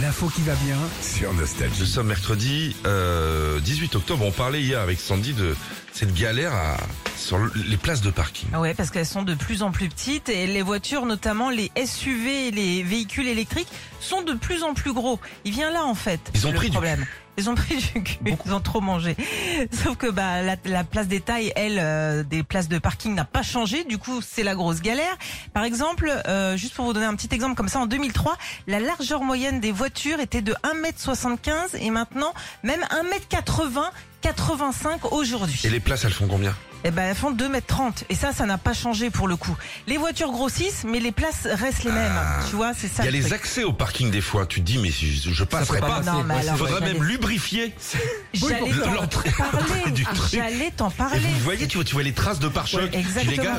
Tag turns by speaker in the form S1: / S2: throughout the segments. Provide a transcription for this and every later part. S1: L'info qui va bien sur
S2: Nous
S1: Nostalgie.
S2: sommes mercredi euh, 18 octobre. On parlait hier avec Sandy de cette galère à, sur le- les places de parking.
S3: Ah Ouais, parce qu'elles sont de plus en plus petites et les voitures, notamment les SUV et les véhicules électriques, sont de plus en plus gros. Il vient là en fait.
S2: Ils ont
S3: le
S2: pris du
S3: problème. Ils ont pris du cul, ils ont trop mangé. Sauf que bah la, la place des tailles, elle, euh, des places de parking n'a pas changé. Du coup, c'est la grosse galère. Par exemple, euh, juste pour vous donner un petit exemple comme ça, en 2003, la largeur moyenne des voitures était de 1m75 et maintenant même 1m80, 85 aujourd'hui.
S2: Et les places, elles font combien
S3: Eh ben, elles font 2 mètres 30. Et ça, ça n'a pas changé pour le coup. Les voitures grossissent, mais les places restent les mêmes. Tu vois, c'est ça.
S2: Ah. Il y a
S3: le
S2: les
S3: truc.
S2: accès au parking des fois. Tu te dis, mais je, je passerai
S3: pas
S2: pas.
S3: passer. Non, mais
S2: Il
S3: alors,
S2: faudrait
S3: ouais,
S2: même
S3: j'allais-
S2: lubrifier.
S3: J'allais
S2: pour
S3: t'en
S2: l'entrée du
S3: parler.
S2: truc.
S3: J'allais t'en
S2: Et
S3: parler.
S2: vous voyez, tu vois, tu vois les traces de
S3: Ouais,
S2: pare-choc. Tu les gars,
S3: exactement.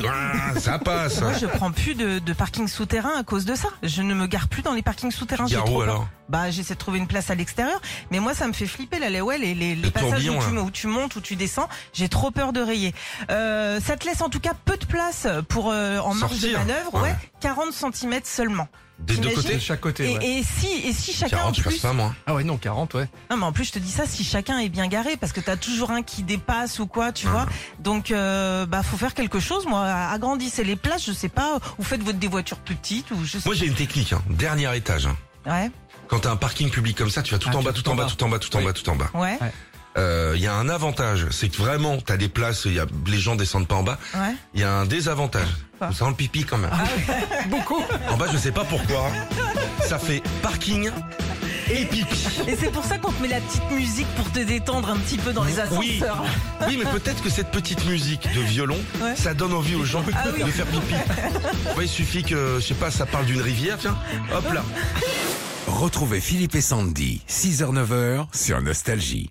S2: ouah, ça passe.
S3: Moi, je prends plus de, de parking souterrain à cause de ça. Je ne me gare plus dans les parkings souterrains. j'ai
S2: Garou,
S3: trop peur.
S2: alors
S3: Bah, j'essaie de trouver une place à l'extérieur. Mais moi, ça me fait flipper là, les, ouais, les, les, les
S2: Le
S3: passages où
S2: tourbillon,
S3: tu,
S2: là.
S3: où tu montes, où tu descends. J'ai trop peur de rayer. Euh, ça te laisse en tout cas peu de place pour euh, en marge de
S2: Sortir.
S3: manœuvre. Ouais,
S2: Ouais.
S3: 40 cm seulement.
S2: Des deux
S3: T'imagines
S2: côtés.
S4: chaque
S3: Et,
S4: côté, ouais.
S3: et si, et si chacun en
S2: Tiens, tu passes
S3: plus
S2: pas, moi.
S4: Ah ouais, non, 40, ouais.
S3: Non, mais en plus, je te dis ça si chacun est bien garé, parce que t'as toujours un qui dépasse ou quoi,
S2: Mmh.
S3: tu vois. Donc, euh, bah, faut faire quelque chose. Moi, agrandissez les places, je sais pas, ou faites votre des voitures plus petites, ou je sais.
S2: Moi, j'ai une technique. hein. Dernier étage. hein.
S3: Ouais,
S2: Quand t'as un parking public comme ça, tu vas tout
S4: Ah,
S2: en
S4: tu
S2: bas,
S4: vas
S2: tout en bas, tout en bas, tout en
S4: Oui.
S2: bas, tout en bas.
S3: ouais,
S2: Euh, Il y a un avantage, c'est que vraiment, t'as des places, il y a, les gens descendent pas en bas.
S3: ouais.
S2: Il y a un désavantage.
S3: Quoi
S2: Ça sent le pipi quand même.
S3: Ah.
S4: Beaucoup.
S2: En bas, je sais pas pourquoi. Ça fait parking et pipi.
S3: Et c'est pour ça qu'on te met la petite musique pour te détendre un petit peu dans les
S2: Oui.
S3: ascenseurs.
S2: Oui, mais peut-être que cette petite musique de violon,
S3: Ouais.
S2: ça donne envie aux gens
S3: Ah oui.
S2: de faire pipi. Ouais, il suffit que, je sais pas, ça parle d'une rivière, tiens. Hop là.
S1: Retrouvez Philippe et Sandy, 6h-9h sur Nostalgie.